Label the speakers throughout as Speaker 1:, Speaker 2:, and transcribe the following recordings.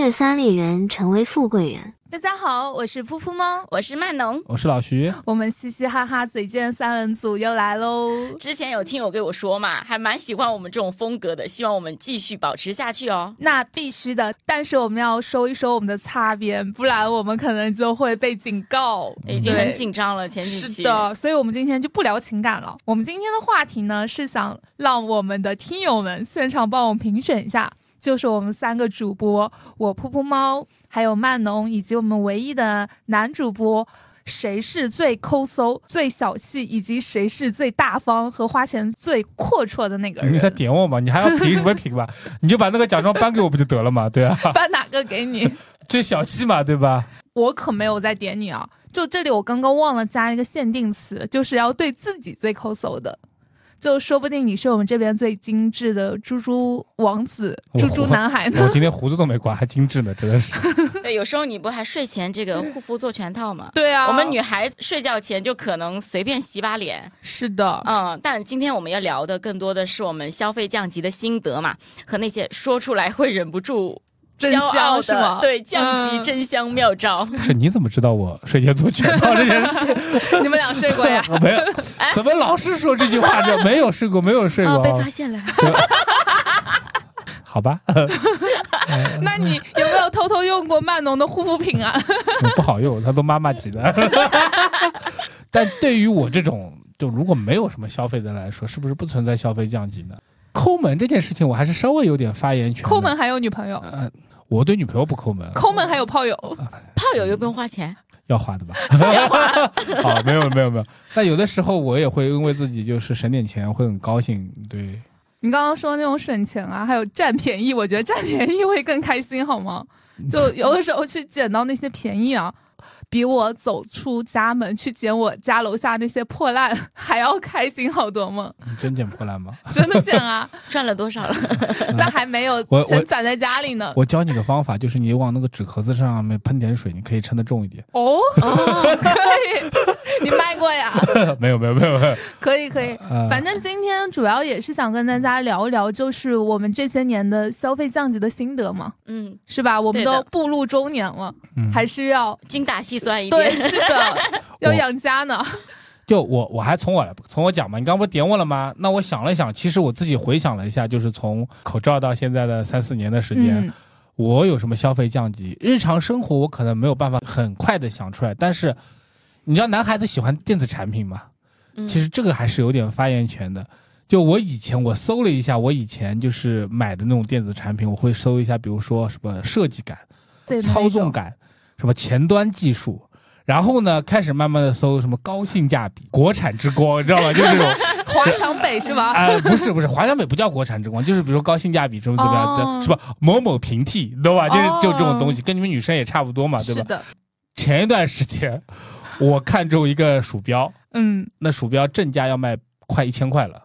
Speaker 1: 越三里人成为富贵人。
Speaker 2: 大家好，我是噗噗猫，
Speaker 3: 我是曼农。
Speaker 4: 我是老徐，
Speaker 2: 我们嘻嘻哈哈嘴贱三人组又来喽。
Speaker 3: 之前有听友给我说嘛，还蛮喜欢我们这种风格的，希望我们继续保持下去哦。
Speaker 2: 那必须的，但是我们要收一收我们的擦边，不然我们可能就会被警告。
Speaker 3: 已经
Speaker 2: 对
Speaker 3: 很紧张了，前几期
Speaker 2: 是的，所以我们今天就不聊情感了。我们今天的话题呢，是想让我们的听友们现场帮我们评选一下，就是我们三个主播，我噗噗猫，还有曼农，以及我们唯一的男主播。谁是最抠搜、最小气，以及谁是最大方和花钱最阔绰的那个
Speaker 4: 你
Speaker 2: 人？
Speaker 4: 再点我嘛，你还要评什么评吧？你就把那个奖状颁给我不就得了嘛？对啊，
Speaker 2: 颁哪个给你？
Speaker 4: 最小气嘛，对吧？
Speaker 2: 我可没有在点你啊！就这里，我刚刚忘了加一个限定词，就是要对自己最抠搜的，就说不定你是我们这边最精致的猪猪王子、
Speaker 4: 我
Speaker 2: 猪猪男孩
Speaker 4: 我
Speaker 2: 呢。
Speaker 4: 今天胡子都没刮，还精致呢，真的是。
Speaker 3: 对，有时候你不还睡前这个护肤做全套吗？
Speaker 2: 对啊，
Speaker 3: 我们女孩子睡觉前就可能随便洗把脸，
Speaker 2: 是的，
Speaker 3: 嗯，但今天我们要聊的更多的是我们消费降级的心得嘛，和那些说出来会忍不住
Speaker 2: 真
Speaker 3: 骄傲
Speaker 2: 香
Speaker 3: 的
Speaker 2: 是吗？
Speaker 3: 对降级
Speaker 2: 嗯
Speaker 3: 真香妙招。
Speaker 4: 不是你怎么知道我睡前做全套这件事情？
Speaker 2: 你们俩睡过
Speaker 3: 啊
Speaker 2: 呀？
Speaker 4: 我没有，怎么老是说这句话？这没有睡过，没有睡过
Speaker 3: 哦，被
Speaker 4: 啊
Speaker 3: 发。现了。
Speaker 4: 好吧，
Speaker 2: 那你有没有偷偷用过曼农的护肤品啊？
Speaker 4: 不好用，他都妈妈级的。 但对于我这种就如果没有什么消费的来说，是不是不存在消费降级呢？抠门这件事情，我还是稍微有点发言权的。
Speaker 2: 抠门还有女朋友，
Speaker 4: 呃，我对女朋友不抠门，
Speaker 2: 抠门还有炮友，
Speaker 3: 炮友又不用花钱，
Speaker 4: 要花 的吧？啊，没有没有没有。那有的时候我也会因为自己就是省点钱，会很高兴。对，
Speaker 2: 你刚刚说那种省钱啊，还有占便宜，我觉得占便宜会更开心，好吗？
Speaker 4: 嗯
Speaker 2: 就有的时候去捡到那些便宜啊，比我走出家门去捡我家楼下那些破烂还要开心好多 吗？
Speaker 4: 你真捡破 烂吗？
Speaker 2: 真的捡啊，
Speaker 3: 赚了多少了？
Speaker 2: 但还没有
Speaker 4: 嗯我我
Speaker 2: 全攒在家里呢。
Speaker 4: 我教你个方法，就是你往那个纸壳子上面喷点水，你可以称得重一点。
Speaker 2: 哦，可以，你卖过 呀？
Speaker 4: 没有没有没有没有，
Speaker 2: 可以，可以。
Speaker 4: 呃，
Speaker 2: 反正今天主要也是想跟大家聊一聊，就是我们这些年的消费降级的心得嘛，
Speaker 3: 嗯，
Speaker 2: 是吧？我们
Speaker 3: 对的
Speaker 2: 都步入中年了，
Speaker 4: 嗯
Speaker 2: 还是要
Speaker 3: 精打细算一
Speaker 2: 对，
Speaker 3: 点。
Speaker 2: 是 的，要
Speaker 4: 我
Speaker 2: 养家呢。
Speaker 4: 就我我还从我来从我讲嘛，你刚不是点我了吗？那我想了想，其实我自己回想了一下，就是从口罩到现在的三四年的时间，
Speaker 2: 嗯，
Speaker 4: 我有什么消费降级？日常生活我可能没有办法很快的想出来，但是你知道男孩子喜欢电子产品吗？
Speaker 3: 嗯
Speaker 4: 其实这个还是有点发言权的。就我以前我搜了一下，我以前就是买的那种电子产品，我会搜一下，比如说什么设计感、
Speaker 2: 对
Speaker 4: 操纵，感，什么前端技术。然后呢，开始慢慢的搜什么高性价比、国产之光，你知道吗？就这种，
Speaker 2: 那种华强北是吧？
Speaker 4: 啊、不是不是，华强北不叫国产之光， 就是比如说高性价比怎么怎么样的，
Speaker 2: 哦
Speaker 4: 什么某某平替，你懂吧？就是就这种东西，跟你们女生也差不多嘛，对
Speaker 2: 是
Speaker 4: 吧？
Speaker 2: 的，
Speaker 4: 前一段时间，我看中一个鼠标，
Speaker 2: 嗯，
Speaker 4: 那鼠标正价要卖快一千块了，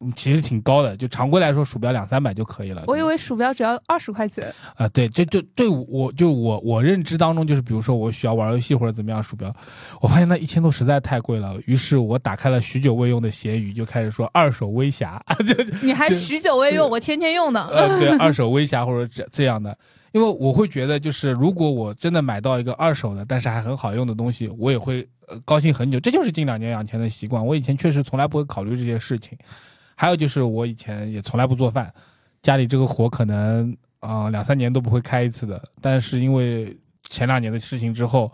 Speaker 4: 嗯其实挺高的，就常规来说，鼠标两三百就可以了。
Speaker 2: 我以为鼠标只要二十块钱，
Speaker 4: 啊、对，就就对我就我我认知当中，就是比如说我需要玩游戏或者怎么样，鼠标，我发现那一千多实在太贵了，于是我打开了许久未用的闲鱼，就开始说二手微瑕，就就
Speaker 2: 你还
Speaker 4: 这
Speaker 2: 许久未用，
Speaker 4: 对
Speaker 2: 我天天用呢。
Speaker 4: 呃，对， 二手微瑕或者这这样的，因为我会觉得，就是如果我真的买到一个二手的，但是还很好用的东西，我也会呃高兴很久。这就是近两年养成的习惯。我以前确实从来不会考虑这些事情，还有就是我以前也从来不做饭，家里这个火可能啊、呃两三年都不会开一次的。但是因为前两年的事情之后。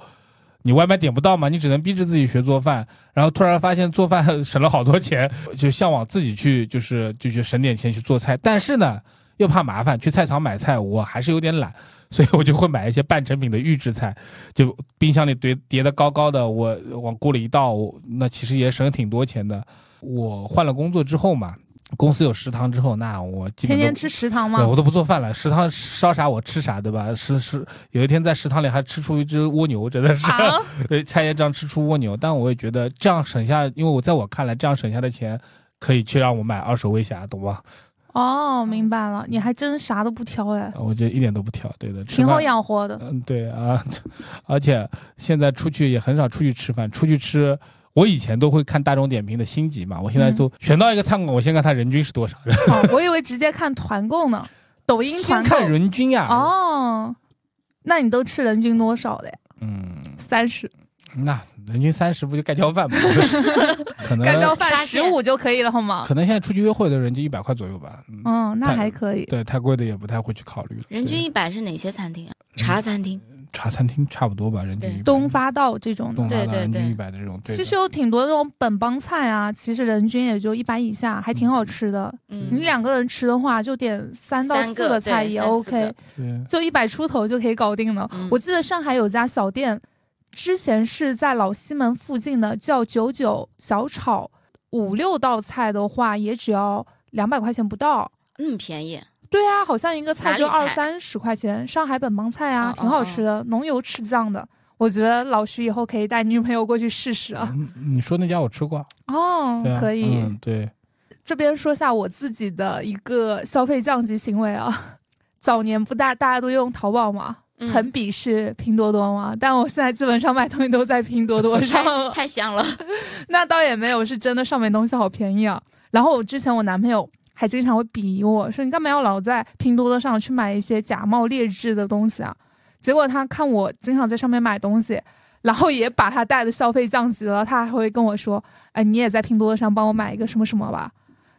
Speaker 4: 你外卖点不到嘛，你只能逼着自己学做饭，然后突然发现做饭省了好多钱， 就向往自己去，就是就去省点钱去做菜。但是呢，又怕麻烦，去菜场买菜我还是有点懒，所以我就会买一些半成品的预制菜，就冰箱里堆叠的高高的，我往锅里一倒，我那其实也省挺多钱的。我换了工作之后嘛，公司有食堂之后，那我基本
Speaker 2: 天
Speaker 4: 都
Speaker 2: 天吃食堂
Speaker 4: 对，
Speaker 2: 吗？
Speaker 4: 我都不做饭了，食堂烧啥我吃啥，对吧？是是，有一天在食堂里还吃出一只蜗牛，真的是，
Speaker 2: 啊，
Speaker 4: 对，菜叶账吃出蜗牛。但我也觉得这样省下，因为我在我看来，这样省下的钱可以去让我买二手微瑕，懂吧？
Speaker 2: 哦，明白了，你还真啥都不挑哎，
Speaker 4: 呃我觉得一点都不挑，对的，吃
Speaker 2: 挺
Speaker 4: 饭
Speaker 2: 好养活的。
Speaker 4: 嗯，对啊， 而且现在出去也很少出去吃饭，出去吃。我以前都会看大众点评的星级嘛，我现在
Speaker 2: 嗯
Speaker 4: 都选到一个餐馆，我先看它人均是多少，然后
Speaker 2: 哦，我以为直接看团购呢，抖音
Speaker 4: 先
Speaker 2: 团购
Speaker 4: 看人均呀、
Speaker 2: 哦。那你都吃人均多少的呀？
Speaker 4: 嗯，
Speaker 2: 三十，
Speaker 4: 那人均三十不就盖浇 饭吗？可能
Speaker 2: 干浇饭
Speaker 3: 沙
Speaker 2: 十
Speaker 3: 县
Speaker 2: 五就可以了，好吗？
Speaker 4: 可能现在出去约会的人就一百块左右吧。嗯，
Speaker 2: 嗯，那
Speaker 4: 太
Speaker 2: 还可以。
Speaker 4: 对，太贵的也不太会去考虑了。
Speaker 3: 人均
Speaker 4: 对
Speaker 3: 一百是哪些餐厅啊？茶餐厅，
Speaker 4: 茶餐厅差不多吧，人均
Speaker 3: 对
Speaker 4: 100
Speaker 2: 东发道这种的
Speaker 4: 东，发
Speaker 3: 对
Speaker 4: 的
Speaker 3: 对
Speaker 4: 人均
Speaker 3: 对
Speaker 4: 一百的这种。对
Speaker 2: 其
Speaker 4: 的
Speaker 2: 实有挺多那种本帮菜啊，其实人均也就一百以下，还挺好吃的。你
Speaker 3: 嗯，
Speaker 2: 两个人吃的话，就点三到
Speaker 3: 三
Speaker 2: 四
Speaker 3: 个
Speaker 2: 个菜
Speaker 3: 对
Speaker 2: 也
Speaker 3: 三四
Speaker 2: OK，
Speaker 3: 个
Speaker 4: 对
Speaker 2: 就一百出头就可以搞定了。
Speaker 3: 嗯
Speaker 2: 我记得上海有家小店，之前是在老西门附近的，叫九九小炒，五六道菜的话也只要两百块钱不到。
Speaker 3: 那么便宜，
Speaker 2: 对啊，好像一个菜就
Speaker 3: 哪
Speaker 2: 二
Speaker 3: 里菜
Speaker 2: 三十块钱，上海本帮菜啊，
Speaker 3: 哦
Speaker 2: 挺好吃的，浓油赤酱的。我觉得老徐以后可以带女朋友过去试试啊。
Speaker 4: 嗯你说那家我吃过啊，
Speaker 2: 哦
Speaker 4: 对，啊
Speaker 2: 可以。
Speaker 4: 嗯对，
Speaker 2: 这边说下我自己的一个消费降级行为啊。早年不大大家都用淘宝嘛，
Speaker 3: 嗯
Speaker 2: 很鄙视拼多多嘛，但我现在基本上买东西都在拼多多上
Speaker 3: 太
Speaker 2: 了，
Speaker 3: 太香 了，
Speaker 2: 那倒也没有是真的上面东西好便宜啊。然后我之前我男朋友还经常会鄙夷我说你干嘛要老在拼多多上去买一些假冒劣质的东西啊？结果他看我经常在上面买东西，然后也把他带的消费降级了，他还会跟我说：“哎，你也在拼多多上帮我买一个什么什么吧。”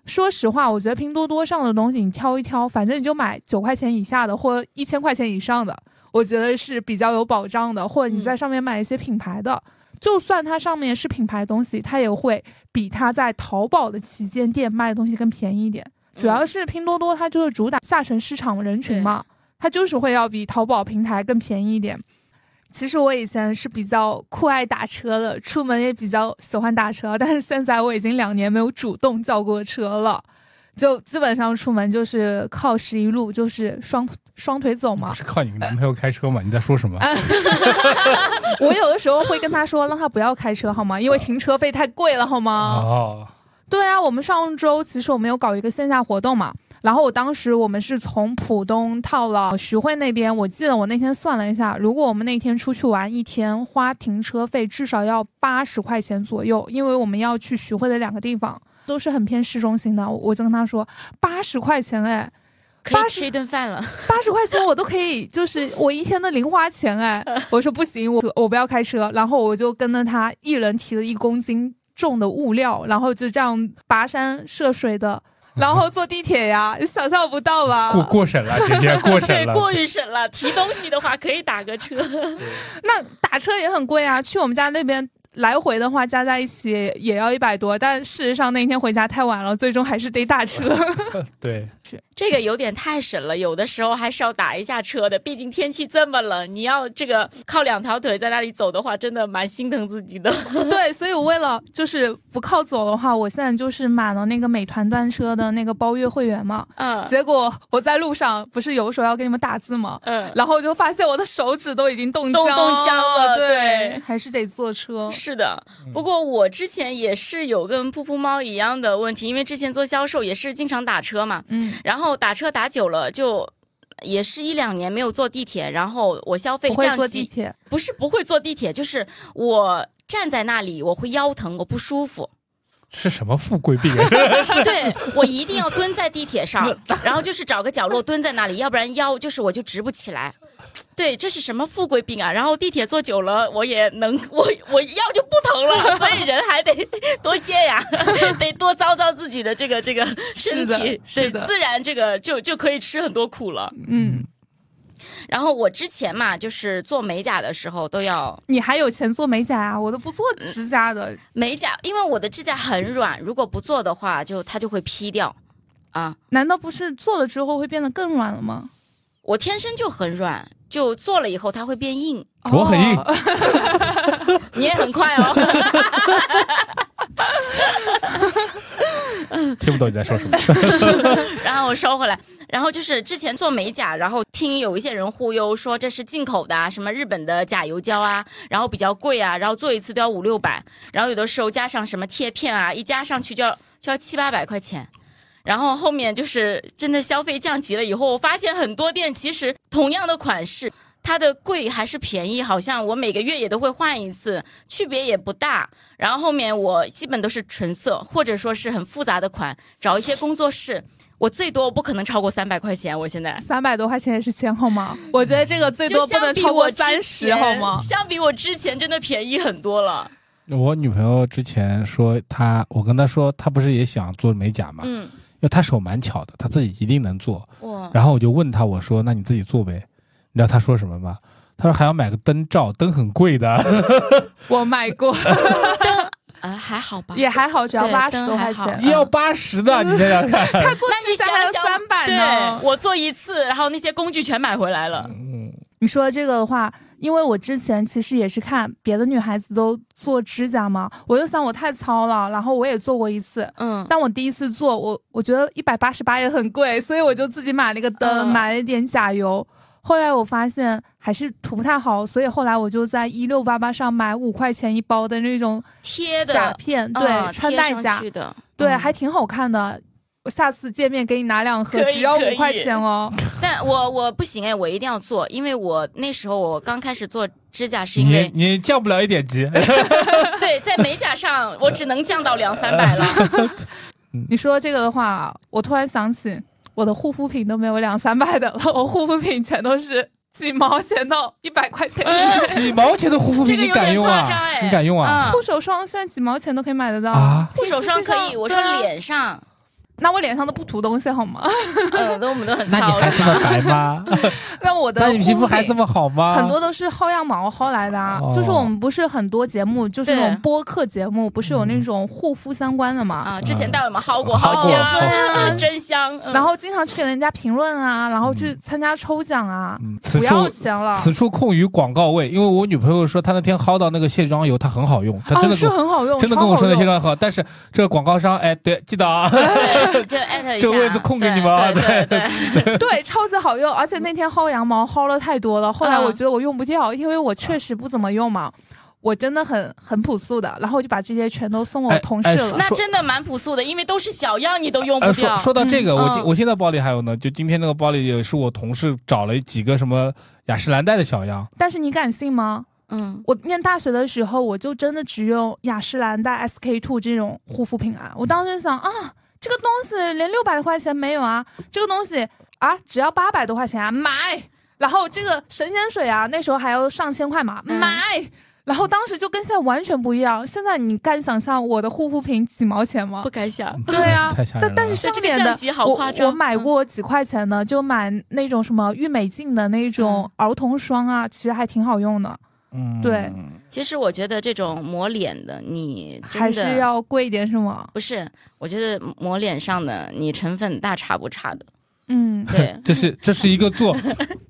Speaker 2: 说实话，我觉得拼多多上的东西你挑一挑，反正你就买九块钱以下的或一千块钱以上的，我觉得是比较有保障的。或者你在上面买一些品牌的，就算它上面是品牌东西，它也会比它在淘宝的旗舰店卖的东西更便宜一点。主要
Speaker 3: 嗯
Speaker 2: 是拼多多它就是主打下沉市场人群嘛，它就是会要比淘宝平台更便宜一点。其实我以前是比较酷爱打车的，出门也比较喜欢打车，但是现在我已经两年没有主动叫过车了，就基本上出门就是靠十一路，就是双双腿走嘛
Speaker 4: 不。是靠你男朋友开车吗？你在说什么？
Speaker 3: 啊
Speaker 2: 我有的时候会跟他说，让他不要开车好吗？因为停车费太贵了好吗？
Speaker 4: 哦，
Speaker 2: 对啊，我们上周其实我们有搞一个线下活动嘛，然后我当时我们是从浦东到了徐汇那边，我记得我那天算了一下，如果我们那天出去玩一天，花停车费至少要八十块钱左右，因为我们要去徐汇的两个地方都是很偏市中心的，我我就跟他说八十块钱哎，
Speaker 3: 可以
Speaker 2: 80
Speaker 3: 吃一顿饭了。
Speaker 2: 八十块钱我都可以，就是我一天的零花钱哎。我说不行，我我不要开车，然后我就跟着他一人提了一公斤重的物料，然后就这样跋山涉水的，然后坐地铁呀，你想象不到吧？
Speaker 4: 过过审了，姐 姐过审
Speaker 3: 啊对，
Speaker 4: 了，
Speaker 3: 过于省了。提东西的话可以打个车，
Speaker 2: 那打车也很贵啊，去我们家那边。来回的话加在一起也要一百多，但事实上那一天回家太晚了，最终还是得打车。
Speaker 4: 对，
Speaker 3: 这个有点太省了。有的时候还是要打一下车的，毕竟天气这么冷，你要这个靠两条腿在那里走的话，真的蛮心疼自己的。
Speaker 2: 对，所以我为了就是不靠走的话，我现在就是买了那个美团单车的那个包月会员嘛，
Speaker 3: 嗯
Speaker 2: 结果我在路上不是有时候要给你们打字吗？
Speaker 3: 嗯，
Speaker 2: 然后就发现我的手指都已经冻
Speaker 3: 冻
Speaker 2: 僵
Speaker 3: 冻僵了
Speaker 2: 对，
Speaker 3: 对
Speaker 2: 还是得坐车。
Speaker 3: 是的，
Speaker 4: 嗯
Speaker 3: 不过我之前也是有跟噗噗猫一样的问题，因为之前做销售也是经常打车嘛，
Speaker 2: 嗯，
Speaker 3: 然后打车打久了就。也是一两年没有坐地铁，然后我消费
Speaker 2: 不会
Speaker 3: 降
Speaker 2: 坐
Speaker 3: 级
Speaker 2: 地，铁，
Speaker 3: 不是不会坐地铁，就是我站在那里我会腰疼，我不舒服。
Speaker 4: 是什么富贵病？啊
Speaker 3: 对我一定要蹲在地 铁上，然后就是找个角落蹲在那里，要不然腰就是我就直不起来。对，这是什么富贵病啊？然后地铁坐久了，我也能， 我我腰就不疼 了，所以人还得多健呀，得多糟糟自己的这个这个身
Speaker 2: 是的
Speaker 3: 体，
Speaker 2: 是
Speaker 3: 对，
Speaker 2: 的
Speaker 3: 自然这个就就可以吃很多苦了。
Speaker 2: 嗯，
Speaker 3: 然后我之前嘛，就是做美甲的时候都要
Speaker 2: 你还有钱做美甲啊？我都不做指甲的，
Speaker 3: 美甲，因为我的指甲很软，如果不做的话，就它就会劈掉啊。
Speaker 2: 难道不是做了之后会变得更软了 吗？
Speaker 3: 我天生就很软，就做了以后它会变硬。
Speaker 4: 我很硬
Speaker 2: 哦
Speaker 3: 你也很快哦，
Speaker 4: 听不懂你在说什么。
Speaker 3: 然后我收回来。然后就是之前做美甲，然后听有一些人忽悠说这是进口的啊，什么日本的甲油胶啊，然后比较贵啊，然后做一次都要五六百，然后有的时候加上什么贴片啊，一加上去就要就要七八百块钱。然后后面就是真的消费降级了以后，我发现很多店其实同样的款式，它的贵还是便宜，好像我每个月也都会换一次，区别也不大。然后后面我基本都是纯色，或者说是很复杂的款，找一些工作室。我最多不可能超过三百块钱，我现在。
Speaker 2: 三百多块钱也是钱好吗？我觉得这个最多
Speaker 3: 嗯就
Speaker 2: 不能
Speaker 3: 相比
Speaker 2: 超
Speaker 3: 我
Speaker 2: 过
Speaker 3: 之
Speaker 2: 三十
Speaker 3: 前
Speaker 2: 好吗？
Speaker 3: 相比我之前真的便宜很多了。
Speaker 4: 我女朋友之前说她，我跟她说她不是也想做美甲嘛，
Speaker 3: 嗯，
Speaker 4: 因为她手蛮巧的，她自己一定能做。
Speaker 3: 哇，
Speaker 4: 然后我就问她，我说那你自己做呗。你知道她说什么吗？她说还要买个灯罩，灯很贵 的。
Speaker 2: 我买过，
Speaker 3: 啊还好吧。
Speaker 2: 也还好，只要
Speaker 3: 对
Speaker 2: 八十
Speaker 3: 灯
Speaker 2: 多块
Speaker 3: 还好
Speaker 2: 钱。
Speaker 4: 一要八十的，你想想 看。
Speaker 2: 他做
Speaker 3: 那
Speaker 2: 指
Speaker 3: 你
Speaker 2: 甲还
Speaker 3: 想
Speaker 2: 有
Speaker 3: 想，
Speaker 2: 三百呢。
Speaker 3: 对，我做一次，然后那些工具全买回来了。
Speaker 4: 嗯，
Speaker 2: 你说这个的话，因为我之前其实也是看别的女孩子都做指甲嘛，我就想我太糙了，然后我也做过一次。
Speaker 3: 嗯，
Speaker 2: 但我第一次做，我我觉得一百八十八也很贵，所以我就自己买了一个灯，
Speaker 3: 嗯
Speaker 2: 买了一点甲油。后来我发现还是涂不太好，所以后来我就在一六八八上买五块钱一包的那种
Speaker 3: 贴的
Speaker 2: 甲片，对，
Speaker 3: 嗯
Speaker 2: 穿
Speaker 3: 贴
Speaker 2: 戴
Speaker 3: 上
Speaker 2: 甲，
Speaker 3: 去的，
Speaker 2: 对，
Speaker 3: 嗯
Speaker 2: 还挺好看的。我下次见面给你拿两盒
Speaker 3: 可，以
Speaker 2: 只要
Speaker 3: 可
Speaker 2: 五块
Speaker 3: 以
Speaker 2: 钱哦。
Speaker 3: 但我我不行哎，我一定要做，因为我那时候我刚开始做指甲是因
Speaker 4: 你
Speaker 3: 为
Speaker 4: 你降不了一点 级。
Speaker 3: 对，在美甲 上我只能降到两三百了。
Speaker 2: 你说这个的话，我突然想起我的护肤品都没有两三百的了，我护肤品全都是几毛钱到一百块钱
Speaker 3: 嗯
Speaker 2: 一支。
Speaker 4: 几毛钱的护肤
Speaker 3: 这个
Speaker 4: 品 你
Speaker 3: 有
Speaker 4: 敢
Speaker 3: 点
Speaker 4: 用
Speaker 3: 夸张
Speaker 4: 啊？
Speaker 3: 哎，
Speaker 4: 你敢用啊？
Speaker 2: 护手霜现在几毛钱都可以买得到
Speaker 4: 啊
Speaker 3: 护手霜可以，我说，
Speaker 2: 对啊
Speaker 3: 脸上，
Speaker 2: 那我脸上都不涂东西好吗？
Speaker 3: 嗯，都我们都很
Speaker 4: 那你
Speaker 3: 糙
Speaker 4: 还
Speaker 3: 了。
Speaker 4: 这么白吗？
Speaker 2: 那 我的
Speaker 4: 那你皮肤
Speaker 2: 护
Speaker 4: 还
Speaker 2: 肤
Speaker 4: 这
Speaker 2: 品
Speaker 4: 么好吗？
Speaker 2: 很多都是薅羊毛薅来的啊，
Speaker 4: 哦
Speaker 2: 就是我们不是很多节目，就是那
Speaker 3: 对
Speaker 2: 种播客节目，不是有
Speaker 4: 嗯
Speaker 2: 那种护肤相关的嘛？
Speaker 3: 啊，之前带我们薅过，
Speaker 4: 薅
Speaker 3: 好
Speaker 4: 过
Speaker 3: 香
Speaker 4: 薅
Speaker 3: 啊，
Speaker 4: 过
Speaker 3: 真香。嗯
Speaker 2: 然后经常去给人家评论啊，然后去参加抽奖啊，
Speaker 4: 嗯，此
Speaker 2: 不
Speaker 4: 处
Speaker 2: 要啊钱了，
Speaker 4: 此处空余广告位，因为我女朋友说她那天薅到那个卸妆油，它很好用，她真
Speaker 2: 啊
Speaker 4: 的
Speaker 2: 是
Speaker 4: 跟我、
Speaker 2: 很好用，
Speaker 4: 真的
Speaker 2: 超
Speaker 4: 跟我说
Speaker 2: 好
Speaker 4: 那
Speaker 2: 用
Speaker 4: 卸妆油好，但是这个广告商，哎，对，记得啊，
Speaker 3: 对就艾特一下，
Speaker 4: 这个位置空给你们啊
Speaker 3: 对对 对，
Speaker 2: 对，超级好用，而且那天薅羊毛薅了太多了，后来我
Speaker 4: 嗯
Speaker 2: 觉得我用不掉，因为我确实不怎么用嘛，我真的很很朴素的，然后我就把这些全都送我
Speaker 4: 哎
Speaker 2: 同
Speaker 4: 哎
Speaker 2: 事了。
Speaker 4: 说
Speaker 3: 那真的蛮朴素的，因为都是小样，你都
Speaker 2: 哦
Speaker 3: 用不
Speaker 4: 呃，说
Speaker 3: 掉。
Speaker 4: 说到这个，
Speaker 3: 嗯
Speaker 4: 我今
Speaker 3: 嗯
Speaker 4: 我现在包里还有呢，就今天那个包里也是我同事找了几个什么雅诗兰黛的小样，
Speaker 2: 但是你敢信吗？
Speaker 3: 嗯，
Speaker 2: 我念大学的时候，我就真的只用雅诗兰黛、SK two 这种护肤品啊，我当时想啊，这个东西连六百块钱没有啊，这个东西啊只要八百多块钱啊，买。然后这个神仙水啊，那时候还要上千块嘛，
Speaker 3: 嗯
Speaker 2: 买。然后当时就跟现在完全不一样，现在你敢想象我的护肤品几毛钱吗
Speaker 3: 不？敢想。
Speaker 2: 对啊
Speaker 4: 太吓人
Speaker 2: 但
Speaker 4: 了。
Speaker 2: 但是上
Speaker 3: 这个
Speaker 2: 面
Speaker 3: 降
Speaker 2: 的
Speaker 3: 级好夸张嗯
Speaker 2: 我，我买过几块钱的，就买那种什么郁美净的那种
Speaker 3: 嗯
Speaker 2: 儿童霜啊，其实还挺好用的，
Speaker 4: 嗯，，
Speaker 2: 对
Speaker 3: 其实我觉得这种抹脸的，你真的
Speaker 2: 还是要贵一点是吗？
Speaker 3: 不是？我觉得抹脸上的，你成分大差不差的。
Speaker 2: 嗯，
Speaker 3: 对
Speaker 4: 这是这是一个 做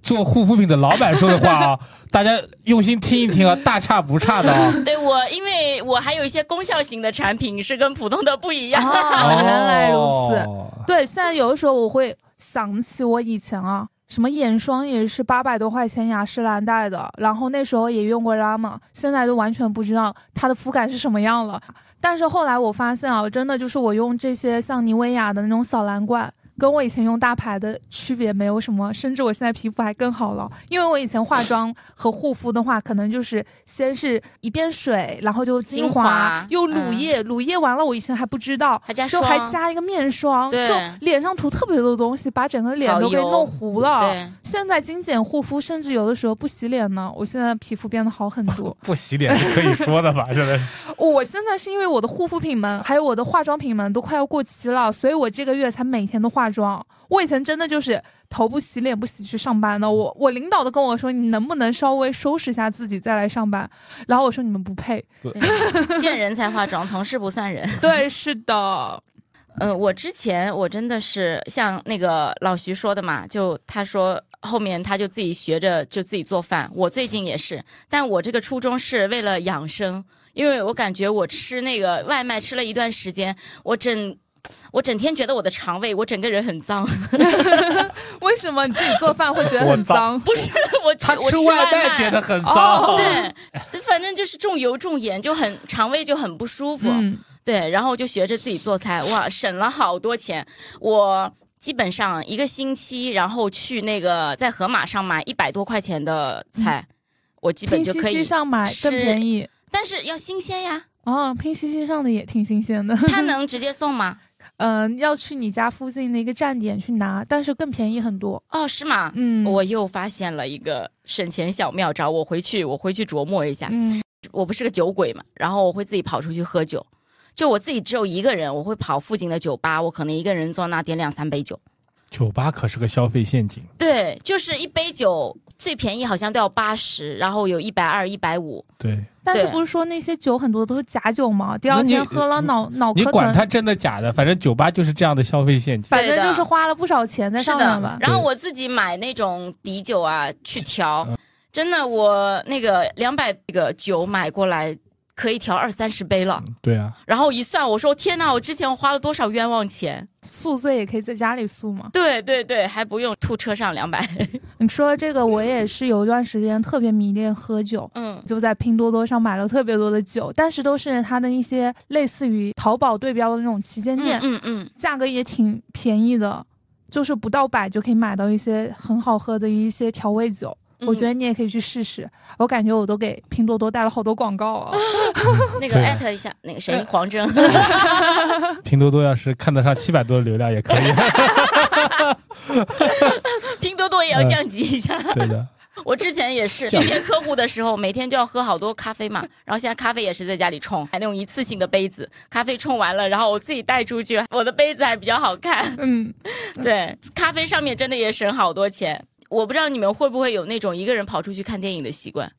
Speaker 4: 做护肤品的老板说的话啊，大家用心听一听啊，大差不差的啊。
Speaker 3: 对我，因为我还有一些功效型的产品是跟普通的不一样。
Speaker 2: 哦， 原来如此。
Speaker 4: 哦。
Speaker 2: 对，现在有的时候我会想起我以前啊，什么眼霜也是八百多块钱雅诗兰黛的，然后那时候也用过拉玛，现在都完全不知道它的肤感是什么样了。但是后来我发现啊，真的就是我用这些像妮维雅的那种小蓝罐。跟我以前用大牌的区别没有什么，甚至我现在皮肤还更好了。因为我以前化妆和护肤的话，可能就是先是一遍水，然后就精
Speaker 3: 精华
Speaker 2: 又乳
Speaker 3: 嗯
Speaker 2: 液，乳液完了我以前还不知道，
Speaker 3: 还加
Speaker 2: 就
Speaker 3: 霜，
Speaker 2: 还加一个面霜，
Speaker 3: 对
Speaker 2: 就脸上涂特别多东西，把整个脸都给
Speaker 3: 好油
Speaker 2: 弄糊了。
Speaker 3: 对，
Speaker 2: 现在精简护肤，甚至有的时候不洗脸呢，我现在皮肤变得好很多
Speaker 4: 不洗脸是可以说的 吧？真的。
Speaker 2: 我现在是因为我的护肤品们还有我的化妆品们都快要过期了，所以我这个月才每天都化妆。我以前真的就是头不洗脸不洗去上班的，我我领导都跟我说你能不能稍微收拾一下自己再来上班，然后我说你们不配。
Speaker 3: 对见人才化妆，同事不算人。
Speaker 2: 对，是的，
Speaker 3: 呃，我之前我真的是像那个老徐说的嘛，就他说后面他就自己学着就自己做饭。我最近也是，但我这个初衷是为了养生，因为我感觉我吃那个外卖吃了一段时间，我整我整天觉得我的肠胃，我整个人很脏。
Speaker 2: 为什么你自己做饭会觉得
Speaker 4: 我
Speaker 2: 很脏？
Speaker 3: 不是我吃
Speaker 4: 他
Speaker 3: 我
Speaker 4: 吃
Speaker 3: 外
Speaker 4: 卖觉得很
Speaker 2: 哦
Speaker 4: 脏。
Speaker 3: 对，反正就是重油重盐，就很肠胃就很不舒服。
Speaker 2: 嗯。
Speaker 3: 对，然后就学着自己做菜，哇，省了好多钱。我基本上一个星期，然后去那个在盒马上买一百多块钱的菜，我基本
Speaker 2: 嗯拼
Speaker 3: 就
Speaker 2: 夕
Speaker 3: 可以
Speaker 2: 夕。上买
Speaker 3: 吃
Speaker 2: 更便宜
Speaker 3: 但是要新鲜呀，
Speaker 2: 哦，拼夕夕上的也挺新鲜的。
Speaker 3: 它能直接送吗？
Speaker 2: 嗯、要去你家附近的一个站点去拿，但是更便宜很多。
Speaker 3: 哦，是吗？
Speaker 2: 嗯，
Speaker 3: 我又发现了一个省钱小妙招，我回去我回去琢磨一下。
Speaker 2: 嗯
Speaker 3: 我不是个酒鬼嘛，然后我会自己跑出去喝酒。就我自己只有一个人，我会跑附近的酒吧，我可能一个人坐那点两三杯酒。
Speaker 4: 酒吧可是个消费陷阱，
Speaker 3: 对，就是一杯酒最便宜好像都要八十，然后有一百二、一百五。
Speaker 4: 对
Speaker 2: 但是
Speaker 3: 对
Speaker 2: 不是说那些酒很多都是假酒吗？第二
Speaker 4: 你
Speaker 2: 天喝了脑脑
Speaker 4: 你
Speaker 2: 壳
Speaker 4: 管
Speaker 2: 疼，
Speaker 4: 它真的假的，反正酒吧就是这样的消 费陷阱。
Speaker 2: 反正
Speaker 3: 对的
Speaker 2: 就是花了不少钱在
Speaker 3: 是
Speaker 2: 上面吧
Speaker 3: 的。。然后我自己买那种底酒啊去调
Speaker 4: 嗯，
Speaker 3: 真的我那个两百个酒买过来可以调二三十杯了。
Speaker 4: 对啊，
Speaker 3: 然后一算，我说天呐，我之前花了多少冤枉钱？
Speaker 2: 宿醉也可以在家里宿嘛。
Speaker 3: 对对对，还不用吐车上两百。
Speaker 2: 你说这个，我也是有一段时间特别迷恋喝酒，
Speaker 3: 嗯
Speaker 2: 就在拼多多上买了特别多的酒，但是都是它的一些类似于淘宝对标的那种旗舰店，
Speaker 3: 嗯嗯
Speaker 2: 价格也挺便宜的，就是不到百就可以买到一些很好喝的一些调味酒。
Speaker 3: 嗯，
Speaker 2: 我觉得你也可以去试试，我感觉我都给拼多多带了好多广告 啊。
Speaker 3: 那个
Speaker 4: 对
Speaker 3: 艾特一下那个
Speaker 2: 呃
Speaker 3: 谁 黄峥，
Speaker 4: 拼多多要是看得上七百多的流量也可 以。啊
Speaker 3: 拼多多也要
Speaker 4: 嗯
Speaker 3: 降级一下。
Speaker 4: 对的，
Speaker 3: 我之前也是去见客户的时候，每天就要喝好多咖啡嘛，然后现在咖啡也是在家里冲，还那种一次性的杯子，咖啡冲完了，然后我自己带出去，我的杯子还比较好 看。
Speaker 2: 嗯，
Speaker 3: 对，咖啡上面真的也省好多钱。我不知道你们会不会有那种一个人跑出去看电影的习惯，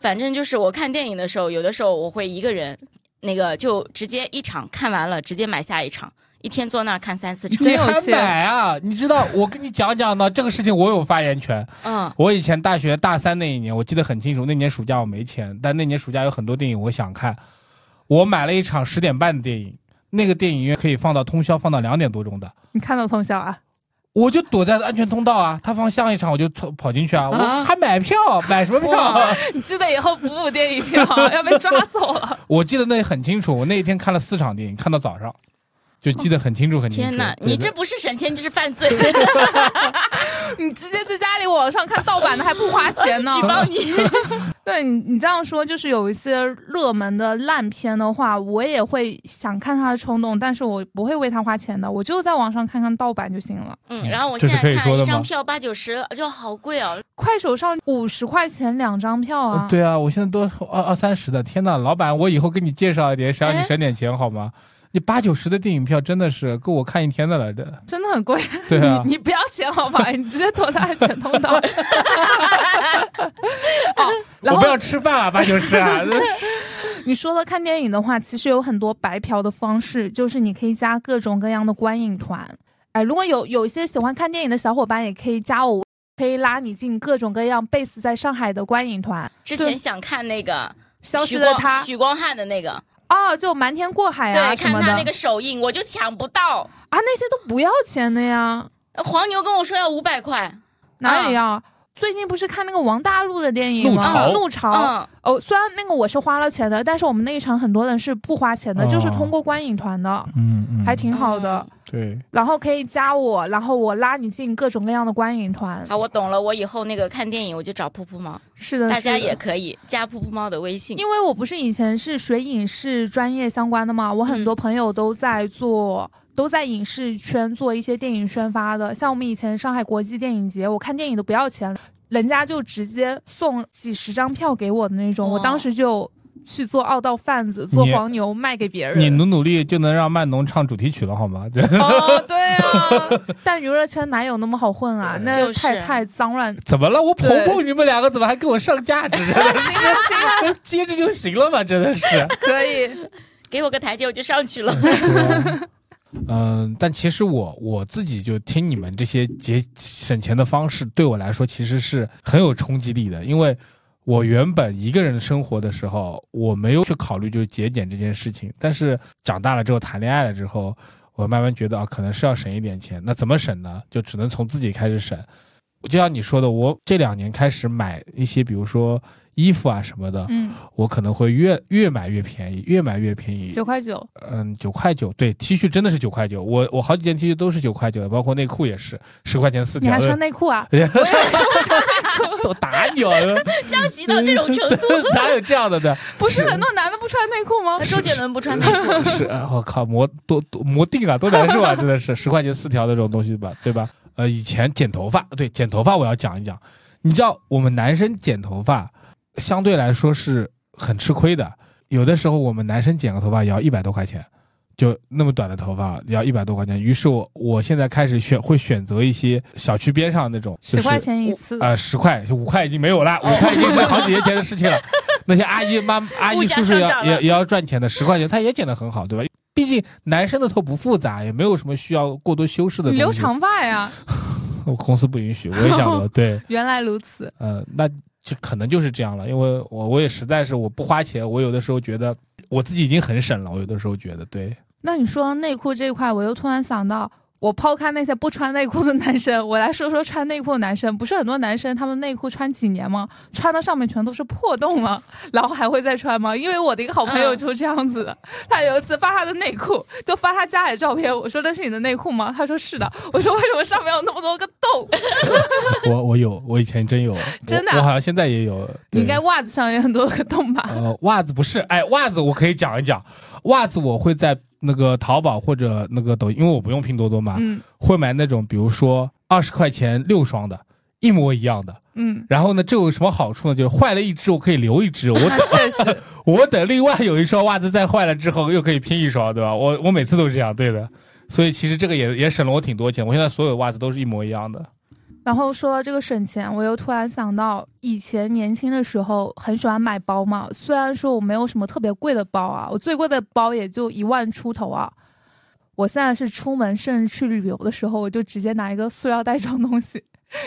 Speaker 3: 反正就是我看电影的时候，有的时候我会一个人，那个就直接一场看完了，直接买下一场，一天坐那儿看三四场。
Speaker 2: 真
Speaker 4: 你
Speaker 2: 有
Speaker 4: 还
Speaker 2: 钱
Speaker 4: 买啊？你知道我跟你讲讲呢，这个事情我有发言权。
Speaker 3: 嗯
Speaker 4: 我以前大学大三那一年，我记得很清楚，那年暑假我没钱，但那年暑假有很多电影我想看，我买了一场十点半的电影，那个电影院可以放到通宵，放到两点多钟的。
Speaker 2: 你看到通宵啊？
Speaker 4: 我就躲在安全通道啊，他放下一场我就跑跑进去
Speaker 3: 啊
Speaker 4: 啊，我还买票，买什么票
Speaker 3: 哇？
Speaker 2: 你记得以后补补电影票，要被抓走了。
Speaker 4: 我记得那很清楚，我那一天看了四场电影，看到早上，就记得很清楚很清楚。
Speaker 3: 天哪，
Speaker 4: 对
Speaker 3: 你
Speaker 4: 的
Speaker 3: 这不是省钱，这是犯罪，
Speaker 2: 你直接在家里网上看盗版的还不花钱 呢
Speaker 3: 举？报你。
Speaker 2: 对你，你这样说就是有一些热门的烂片的话，我也会想看它的冲动，但是我不会为它花钱的，我就在网上看看盗版就行了。
Speaker 3: 嗯，然后我
Speaker 4: 这
Speaker 3: 现
Speaker 4: 是
Speaker 3: 在
Speaker 4: 可以说
Speaker 3: 看
Speaker 4: 的
Speaker 3: 一
Speaker 4: 吗
Speaker 3: 张票八九十，就好贵哦。
Speaker 2: 快手上五十块钱两张票啊
Speaker 4: 呃！对啊，我现在都二二三十的，天呐，老板，我以后给你介绍一点，想让你
Speaker 3: 哎
Speaker 4: 省点钱好吗？你八九十的电影票真的是够我看一天的 了，这
Speaker 2: 真的很贵，
Speaker 4: 对啊
Speaker 2: 你，你不要钱好 吧？你直接躲在安全通道。哦，然
Speaker 4: 我
Speaker 2: 后
Speaker 4: 不要吃饭 了，八九十啊，
Speaker 2: 你说的看电影的话，其实有很多白嫖的方式，就是你可以加各种各样的观影团。哎，如果有有一些喜欢看电影的小伙伴，也可以加我，可以拉你进各种各样 base 在上海的观影团。
Speaker 3: 之
Speaker 2: 对
Speaker 3: 前想看那个
Speaker 2: 消
Speaker 3: 许
Speaker 2: 失的
Speaker 3: 光
Speaker 2: 他
Speaker 3: 许光汉的那个，
Speaker 2: 哦，就瞒天过海啊
Speaker 3: 对，
Speaker 2: 什
Speaker 3: 看
Speaker 2: 么的
Speaker 3: 他那个首映，我就抢不到。呃
Speaker 2: 啊，那些都不要钱的呀，
Speaker 3: 黄牛跟我说要五百块，
Speaker 2: 哪
Speaker 3: 嗯
Speaker 2: 里要？最近不是看那个王大陆的电影吗？
Speaker 4: 陆
Speaker 2: 嗯
Speaker 4: 潮
Speaker 2: 陆潮、
Speaker 3: 嗯，
Speaker 2: 哦，虽然那个我是花了钱的，但是我们那一场很多人是不花钱的，
Speaker 4: 哦
Speaker 2: 就是通过观影团的，
Speaker 4: 嗯嗯
Speaker 2: 还挺好的。
Speaker 4: 对，
Speaker 2: 然后可以加我，然后我拉你进各种各样的观影团
Speaker 3: 嗯。好，我懂了，我以后那个看电影我就找噗噗猫，
Speaker 2: 是的，
Speaker 3: 大家
Speaker 2: 嗯是的
Speaker 3: 也可以加噗噗猫的微信。
Speaker 2: 因为我不是以前是学影视专业相关的嘛，我很多朋友都在做，都在影视圈做一些电影宣发的。像我们以前上海国际电影节，我看电影都不要钱，人家就直接送几十张票给我的那种，
Speaker 3: 哦
Speaker 2: 我当时就去做二道贩子，做
Speaker 4: 你
Speaker 2: 黄牛卖给别人。
Speaker 4: 你努努力就能让曼农唱主题曲了好吗？ 这
Speaker 2: 哦，对啊， 但娱乐圈哪有那么好混啊？那
Speaker 3: 就是
Speaker 2: 太太脏乱。
Speaker 4: 怎么了？我捧捧你们两个，怎么还给我上 价值？真的是 接着就行了嘛，真的是。
Speaker 2: 可以，
Speaker 3: 给我个台阶，我就上去了。
Speaker 4: 嗯、但其实我我自己就听你们这些节省钱的方式，对我来说其实是很有冲击力的，因为我原本一个人生活的时候，我没有去考虑就是节俭这件事情，但是长大了之后谈恋爱了之后，我慢慢觉得啊，可能是要省一点钱，那怎么省呢？就只能从自己开始省。就像你说的，我这两年开始买一些，比如说衣服啊什么的，
Speaker 2: 嗯，
Speaker 4: 我可能会越越买越便宜，越买越便宜，
Speaker 2: 九块九，
Speaker 4: 嗯，九块九，对，T 恤真的是九块九，我我好几件 T 恤都是九块九的，包括内裤也是十块钱四
Speaker 2: 你
Speaker 4: 条
Speaker 2: 还 穿
Speaker 4: 的。
Speaker 2: 内裤啊？
Speaker 4: 哎呀
Speaker 2: 我也没有穿内裤
Speaker 4: 我打你哦！
Speaker 3: 降级到这种程 度。
Speaker 4: 哪有这样的的？
Speaker 2: 不是很多男的不穿内裤吗
Speaker 3: 那？周杰伦不 穿内裤，
Speaker 4: 是是，啊我靠，磨多多磨腚啊，多难受啊！真的是十块钱四条的这种东西吧，对吧？呃，以前剪头发，对，剪头发我要讲一讲。你知道我们男生剪头发相对来说是很吃亏的，有的时候我们男生剪个头发也要一百多块钱，就那么短的头发也要一百多块钱。于是我我现在开始选会选择一些小区边上那种
Speaker 2: 十
Speaker 4: 就是
Speaker 2: 块钱一次，哦
Speaker 4: 呃，十块五块已经没有了，五块已经是好几年前的事 情了。那些阿姨妈、阿
Speaker 3: 物
Speaker 4: 姨
Speaker 3: 价
Speaker 4: 叔叔也
Speaker 3: 上
Speaker 4: 要
Speaker 3: 涨了
Speaker 4: 也也要赚钱的，十块钱他也剪得很好，对吧？毕竟男生的头不复杂，也没有什么需要过多修饰的
Speaker 2: 你
Speaker 4: 东西。
Speaker 2: 留长发呀，
Speaker 4: 我公司不允许，我也想 留。对，
Speaker 2: 原来如此。
Speaker 4: 呃，那就可能就是这样了，因为我我也实在是我不花钱，我有的时候觉得我自己已经很省了，我有的时候觉得对。
Speaker 2: 那你说内裤这一块，我又突然想到，我抛开那些不穿内裤的男生，我来说说穿内裤的男生。不是很多男生他们内裤穿几年吗？穿到上面全都是破洞了，然后还会再穿吗？因为我的一个好朋友
Speaker 3: 嗯
Speaker 2: 就是这样子的，他有一次发他的内裤，就发他家里的照片，我说那是你的内裤吗？他说是的。我说为什么上面有那么多个洞？
Speaker 4: 我我有，我以前真有，我
Speaker 2: 真的啊
Speaker 4: 我好像现在也有。
Speaker 2: 你应
Speaker 4: 对
Speaker 2: 该袜子上也很多个洞吧？
Speaker 4: 呃，袜子不是，哎，袜子我可以讲一讲，袜子我会在那个淘宝或者那个抖音，因为我不用拼多多嘛，
Speaker 2: 嗯
Speaker 4: 会买那种比如说二十块钱六双的，一模一样的。
Speaker 2: 嗯，
Speaker 4: 然后呢，这有什么好处呢？就是坏了一只我可以留一只，我
Speaker 2: 那确实。
Speaker 4: 我等另外有一双袜子再坏了之后又可以拼一双，对吧？我我每次都是这样，对的。所以其实这个也也省了我挺多钱，我现在所有袜子都是一模一样的。
Speaker 2: 然后说到这个省钱，我又突然想到以前年轻的时候很喜欢买包嘛，虽然说我没有什么特别贵的包啊，我最贵的包也就一万出头啊。我现在是出门甚至去旅游的时候，我就直接拿一个塑料袋装东西，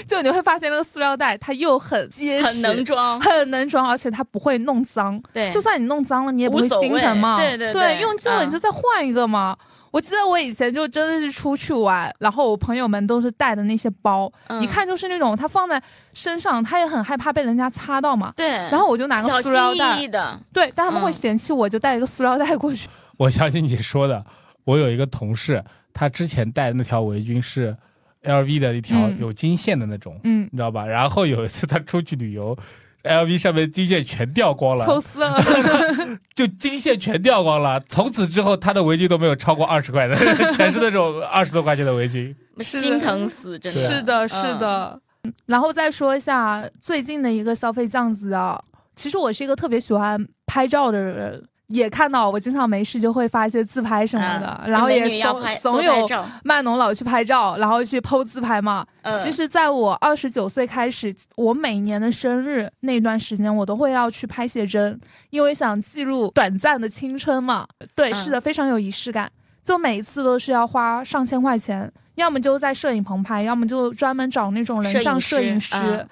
Speaker 2: 就你会发现那个塑料袋它又很结实，
Speaker 3: 很能装，
Speaker 2: 很能装，而且它不会弄脏。
Speaker 3: 对，
Speaker 2: 啊就算你弄脏了，你也不
Speaker 3: 无
Speaker 2: 会
Speaker 3: 所
Speaker 2: 心
Speaker 3: 谓
Speaker 2: 疼嘛。
Speaker 3: 对对对
Speaker 2: 用旧了
Speaker 3: 嗯
Speaker 2: 你就再换一个嘛。我记得我以前就真的是出去玩，然后我朋友们都是带的那些包，
Speaker 3: 嗯
Speaker 2: 一看就是那种他放在身上，他也很害怕被人家擦到嘛。
Speaker 3: 对，
Speaker 2: 然后我就拿
Speaker 3: 嗯小
Speaker 2: 个塑
Speaker 3: 心
Speaker 2: 料
Speaker 3: 翼
Speaker 2: 袋
Speaker 3: 翼，的，
Speaker 2: 对，但他们会
Speaker 3: 嗯
Speaker 2: 嫌弃我，就带一个塑料袋过去。
Speaker 4: 我相信你说的。我有一个同事，他之前戴的那条围巾是 LV 的一条
Speaker 2: 嗯
Speaker 4: 有金线的那种，
Speaker 2: 嗯，
Speaker 4: 你知道吧？然后有一次他出去旅游，LV 上面金线全掉光
Speaker 2: 抽
Speaker 4: 了，
Speaker 2: 丝了。
Speaker 4: 就金线全掉光了。从此之后，他的围巾都没有超过二十块的， 全是那种二十多块钱的围巾。
Speaker 2: 是
Speaker 3: 心疼死，真
Speaker 4: 对
Speaker 2: 是
Speaker 3: 的。
Speaker 2: 的，
Speaker 3: 嗯
Speaker 2: 是的。然后再说一下最近的一个消费降级啊，其实我是一个特别喜欢拍照的人，也看到我经常没事就会发一些自拍什么的，
Speaker 3: 嗯
Speaker 2: 然后
Speaker 3: 美
Speaker 2: 也
Speaker 3: 女要
Speaker 2: 怂
Speaker 3: 拍
Speaker 2: 怂
Speaker 3: 多拍
Speaker 2: 恿
Speaker 3: 照
Speaker 2: 曼农老去拍照，然后去剖自拍嘛。
Speaker 3: 嗯
Speaker 2: 其实，在我二十九岁开始，我每年的生日那段时间，我都会要去拍写真，因为想记录短暂的青春嘛。对，
Speaker 3: 嗯
Speaker 2: 是的，非常有仪式感。就每一次都是要花上千块钱，要么就在摄影棚拍，要么就专门找那种人像摄
Speaker 3: 摄
Speaker 2: 影
Speaker 3: 影
Speaker 2: 师
Speaker 3: 师。嗯